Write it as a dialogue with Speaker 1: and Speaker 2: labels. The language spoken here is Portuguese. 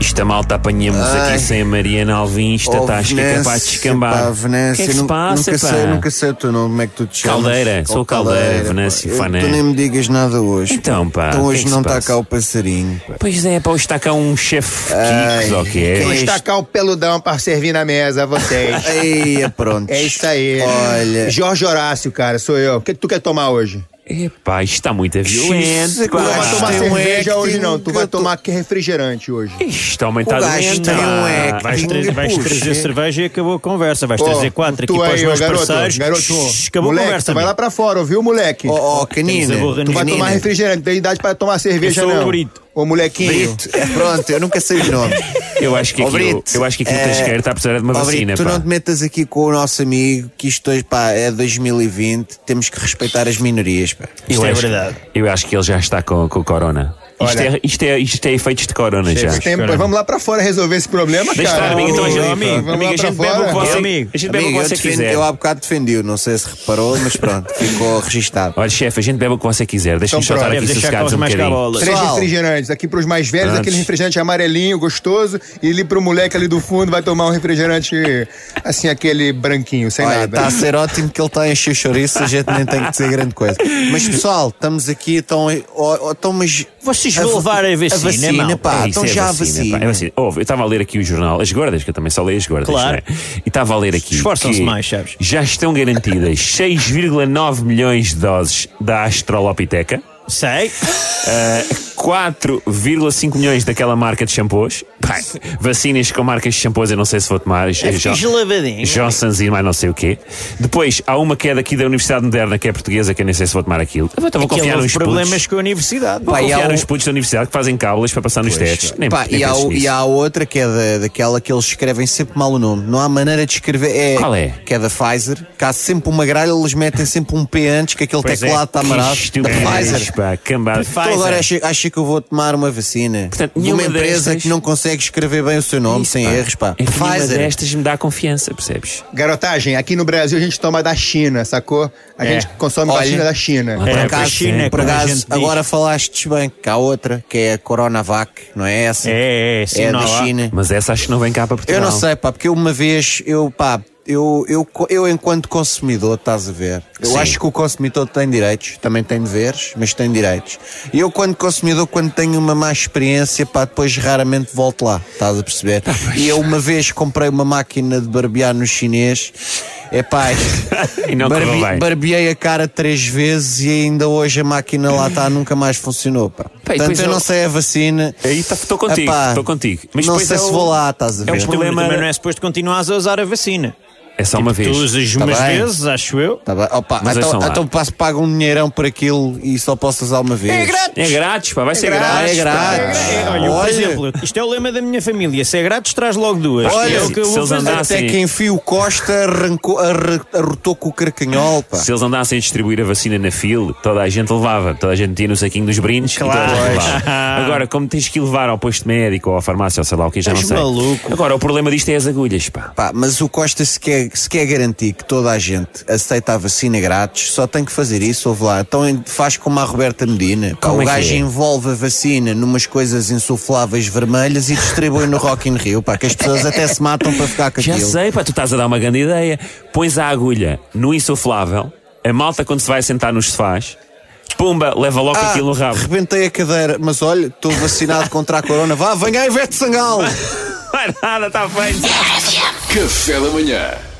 Speaker 1: Isto a malta apanhamos
Speaker 2: Ai.
Speaker 1: aqui sem a Mariana Alvim, isto
Speaker 2: Oh,
Speaker 1: a tasca é capaz de
Speaker 2: Venâncio,
Speaker 1: descambar.
Speaker 2: pá,
Speaker 1: o que
Speaker 2: Venâncio,
Speaker 1: é que se
Speaker 2: nu-
Speaker 1: passa,
Speaker 2: nunca,
Speaker 1: pá?
Speaker 2: sei, nunca sei o teu nome, como é que tu te chamas?
Speaker 1: Caldeira, sou
Speaker 2: Oh,
Speaker 1: Caldeira,
Speaker 2: pá.
Speaker 1: Venâncio
Speaker 2: Eu-
Speaker 1: Fané.
Speaker 2: Tu nem me digas nada hoje.
Speaker 1: Então, pá,
Speaker 2: Então
Speaker 1: o que
Speaker 2: hoje
Speaker 1: é que
Speaker 2: não
Speaker 1: se
Speaker 2: está
Speaker 1: passa?
Speaker 2: cá o passarinho.
Speaker 1: Pois é, pá, hoje está cá um chefe
Speaker 2: Ai,
Speaker 1: Kicks, ou o que é?
Speaker 2: quem
Speaker 3: Vou estacar o peludão para servir na mesa a vocês.
Speaker 2: Eia, pronto.
Speaker 3: É isso aí.
Speaker 2: Olha.
Speaker 3: Jorge Horácio, cara, sou eu. O que que tu quer tomar hoje?
Speaker 1: Epá, isto está muito
Speaker 2: Isso é
Speaker 1: violento,
Speaker 2: que
Speaker 3: Tu não
Speaker 2: Ah,
Speaker 3: vai
Speaker 1: pá.
Speaker 3: tomar
Speaker 2: tem um
Speaker 3: cerveja
Speaker 2: acting
Speaker 3: hoje, não. Tu vai
Speaker 2: que eu tô-
Speaker 3: tomar que refrigerante hoje.
Speaker 1: Isto aumenta
Speaker 2: O
Speaker 1: a
Speaker 2: gajo tem um
Speaker 1: doença.
Speaker 2: acting.
Speaker 4: Vais, trazer- vais
Speaker 2: Puxa.
Speaker 4: trazer cerveja e acabou a conversa. Vais trazer quatro aqui
Speaker 3: tu
Speaker 4: para os
Speaker 3: aí,
Speaker 4: meus
Speaker 3: ó, garoto,
Speaker 4: parceiros.
Speaker 3: Garoto,
Speaker 4: Shhh, acabou a
Speaker 3: moleque,
Speaker 4: conversa.
Speaker 3: tu vai
Speaker 4: meu.
Speaker 3: lá pra fora, ouviu, moleque?
Speaker 2: Ó, ó, Oh, canina.
Speaker 4: Temos a borra
Speaker 3: tu vai
Speaker 4: canina.
Speaker 3: tomar
Speaker 2: um
Speaker 3: refrigerante, não tem idade pra tomar cerveja,
Speaker 4: Eu sou o
Speaker 3: não.
Speaker 4: Brito.
Speaker 3: Ô, molequinho.
Speaker 2: Brito. É Pronto, eu nunca sei os nomes.
Speaker 1: Eu acho que
Speaker 2: Ó,
Speaker 1: aqui, o-
Speaker 2: Brito,
Speaker 1: eu acho que aqui o
Speaker 2: é,
Speaker 1: Tasqueiro está a precisar de uma
Speaker 2: ó, Brito,
Speaker 1: vacina,
Speaker 2: tu
Speaker 1: pá.
Speaker 2: não te metas aqui com o nosso amigo, que isto hoje, pá, é 2020, temos que respeitar as minorias, pá.
Speaker 4: Isto é
Speaker 1: acho-
Speaker 4: verdade.
Speaker 1: Eu acho que ele já está com, com corona. Isto,
Speaker 3: Olha.
Speaker 1: é, isto, é, isto é efeitos de corona já.
Speaker 3: Esse tempo,
Speaker 4: caramba.
Speaker 3: vamos lá pra fora resolver esse problema,
Speaker 1: Deixa
Speaker 3: cara.
Speaker 1: estar, amigo, então a
Speaker 3: Ô,
Speaker 1: gente,
Speaker 3: amigo,
Speaker 1: amigo,
Speaker 3: vamos
Speaker 1: a
Speaker 3: lá pra
Speaker 1: gente bebe um o que
Speaker 3: fora.
Speaker 1: você,
Speaker 4: Amigo,
Speaker 1: a gente bebe
Speaker 2: Amigo,
Speaker 1: o que
Speaker 2: eu,
Speaker 1: você
Speaker 2: defendi-
Speaker 1: quiser.
Speaker 2: eu há bocado defendi-o, não sei se reparou, mas pronto, ficou registado.
Speaker 1: Olha, chefe, a gente bebe o que você quiser. Deixa-nos
Speaker 3: Então,
Speaker 1: só estar
Speaker 3: pronto.
Speaker 1: aqui
Speaker 4: Deves deixar com
Speaker 1: sossegados
Speaker 4: os
Speaker 1: um
Speaker 4: mais
Speaker 1: bocadinho.
Speaker 4: carolas.
Speaker 3: Três
Speaker 2: Pessoal.
Speaker 3: refrigerantes. Aqui pros mais velhos,
Speaker 1: Antes.
Speaker 3: aquele refrigerante amarelinho, gostoso. E ali pro moleque ali do fundo vai tomar um refrigerante, assim, aquele branquinho, sem
Speaker 2: Olha, tá
Speaker 3: nada.
Speaker 2: está a ser ótimo que ele está a encher o chouriço, a gente nem tem que dizer grande coisa. Mas pessoal, estamos aqui, estão. ó, ó, estão mas
Speaker 4: Vocês vão levar a vacina,
Speaker 2: vacina
Speaker 4: irmão?
Speaker 2: pá,
Speaker 1: É,
Speaker 2: estão
Speaker 1: isso é
Speaker 2: já a
Speaker 1: vacina,
Speaker 2: vacina.
Speaker 1: pá, é vacina. Ouve, eu estava a ler aqui o jornal, as gordas, que eu também só leio as gordas,
Speaker 4: Claro.
Speaker 1: não é? E estava a ler aqui.
Speaker 4: Esforçam-se
Speaker 1: que
Speaker 4: mais, sabes?
Speaker 1: Já estão garantidas 6,9 milhões de doses da Astrolopiteca,
Speaker 4: Sei.
Speaker 1: 4,5 milhões daquela marca de shampoos. Pá, vacinas com marcas de shampoos, eu não sei se vou tomar.
Speaker 4: É gelavadinho.
Speaker 1: Johnson's e mais não sei o quê. Depois, há uma que é daqui da Universidade Moderna, que é portuguesa, que eu nem sei se vou tomar aquilo. Eu Então vou
Speaker 4: Aquele
Speaker 1: confiar
Speaker 4: é um houve
Speaker 1: nos
Speaker 4: problemas
Speaker 1: problemas.
Speaker 4: com a universidade.
Speaker 1: Vou
Speaker 2: Pá, e há
Speaker 1: confiar
Speaker 2: um-
Speaker 1: nos putos da universidade que fazem cábulas para passar nos testes. Nem,
Speaker 2: Pá,
Speaker 1: nem
Speaker 2: e, há,
Speaker 1: penso
Speaker 2: o- e
Speaker 1: nisso.
Speaker 2: há outra que é da, daquela que eles escrevem sempre mal o nome. Não há maneira de escrever. É,
Speaker 1: Qual é?
Speaker 2: Que é da Pfizer. Que há sempre uma gralha, eles metem sempre um P antes, que aquele
Speaker 1: Pois é,
Speaker 2: teclado está
Speaker 1: que é
Speaker 2: amarado. Da
Speaker 1: estupidez,
Speaker 2: Pfizer.
Speaker 1: pá, cambada.
Speaker 2: Então agora
Speaker 4: Pfizer.
Speaker 2: acha, acha que eu vou tomar uma vacina
Speaker 1: Portanto,
Speaker 2: de uma
Speaker 1: nenhuma
Speaker 2: empresa
Speaker 1: destas-
Speaker 2: que não consegue escrever bem o seu nome sem erros, pá.
Speaker 1: É que nenhuma
Speaker 2: Pfizer.
Speaker 1: destas me dá confiança, percebes?
Speaker 3: Garotagem, aqui no Brasil a gente toma da China, sacou? A gente consome
Speaker 2: É. Olha.
Speaker 3: vacina da China.
Speaker 2: Por
Speaker 1: É,
Speaker 2: acaso,
Speaker 1: pois sim,
Speaker 2: assim, né? por
Speaker 4: como a
Speaker 2: acaso
Speaker 4: gente diz.
Speaker 2: agora falaste bem que há outra, que é a Coronavac, não é essa?
Speaker 4: É, é,
Speaker 2: é da
Speaker 4: Sinovac.
Speaker 2: China.
Speaker 1: Mas essa acho que não vem cá para Portugal.
Speaker 2: Eu não sei, pá, porque eu uma vez, eu, pá, eu, eu, eu enquanto consumidor, estás a ver? Eu
Speaker 1: Sim.
Speaker 2: acho que o consumidor tem direitos, também tem deveres, mas tem direitos. E eu, quando consumidor, quando tenho uma má experiência, pá, depois raramente volto lá, estás a perceber?
Speaker 1: Tá
Speaker 2: e eu uma vez comprei uma máquina de barbear no chinês, é pá,
Speaker 1: E não correu bem.
Speaker 2: barbeei a cara três vezes e ainda hoje a máquina lá está, nunca mais funcionou, pá.
Speaker 1: Pá, e
Speaker 2: Portanto,
Speaker 1: depois
Speaker 2: eu
Speaker 1: eu-
Speaker 2: não sei a vacina.
Speaker 1: Aí estou contigo,
Speaker 2: Epá,
Speaker 1: estou contigo. Mas
Speaker 2: não
Speaker 1: depois
Speaker 2: sei
Speaker 1: é
Speaker 2: se
Speaker 1: o-
Speaker 2: vou lá, estás a ver?
Speaker 1: é um problema-
Speaker 4: Também não é suposto continuares a usar a vacina.
Speaker 1: É só uma
Speaker 4: Tu
Speaker 1: vez.
Speaker 4: usas
Speaker 2: Tá
Speaker 4: umas
Speaker 2: bem.
Speaker 4: vezes, acho eu.
Speaker 2: Tá bem. Opa,
Speaker 1: Mas
Speaker 2: então,
Speaker 1: ouçam lá.
Speaker 2: então passo, pago um dinheirão por aquilo e só posso usar uma vez. É grátis.
Speaker 1: É grátis, pá, vai ser
Speaker 2: Ah, é
Speaker 1: grátis.
Speaker 2: grátis.
Speaker 4: É, olha, por exemplo, isto é o lema da minha família. Se é grátis, traz logo duas.
Speaker 2: Olha,
Speaker 4: é o que eu
Speaker 1: se
Speaker 4: vou
Speaker 1: eles
Speaker 4: fazer.
Speaker 1: andassem-
Speaker 2: Até que enfio Costa arrancou, arra- arrotou com o carcanhol, pá.
Speaker 1: Se eles andassem a distribuir a vacina na fila, toda a gente levava, toda a gente tinha no saquinho dos brindes e toda a gente
Speaker 4: Claro.
Speaker 1: levava. Agora, como tens que levar ao posto médico ou à farmácia ou sei lá o que, já não
Speaker 4: És
Speaker 1: sei.
Speaker 4: maluco.
Speaker 1: Agora, o problema disto é as agulhas, pá.
Speaker 2: Pá, mas o Costa se quer, se quer garantir que toda a gente aceita a vacina grátis, só tem que fazer isso, ouve lá. Então em- faz como a Roberta Medina. Pá,
Speaker 1: Como
Speaker 2: o
Speaker 1: é que
Speaker 2: gajo
Speaker 1: é?
Speaker 2: envolve a vacina numas coisas insufláveis vermelhas e distribui no Rock in Rio, pá, que as pessoas até se matam para ficar com
Speaker 1: Já
Speaker 2: aquilo.
Speaker 1: sei, pá, tu estás a dar uma grande ideia. Pões a agulha no insuflável, a malta quando se vai sentar nos sofás, pumba, leva logo
Speaker 2: Ah,
Speaker 1: aquilo no rabo.
Speaker 2: Rebentei a cadeira, mas olha, estou vacinado contra a corona. Vá, venha aí, Ivete Sangal!
Speaker 1: Não é nada, está feito.
Speaker 5: Café da manhã.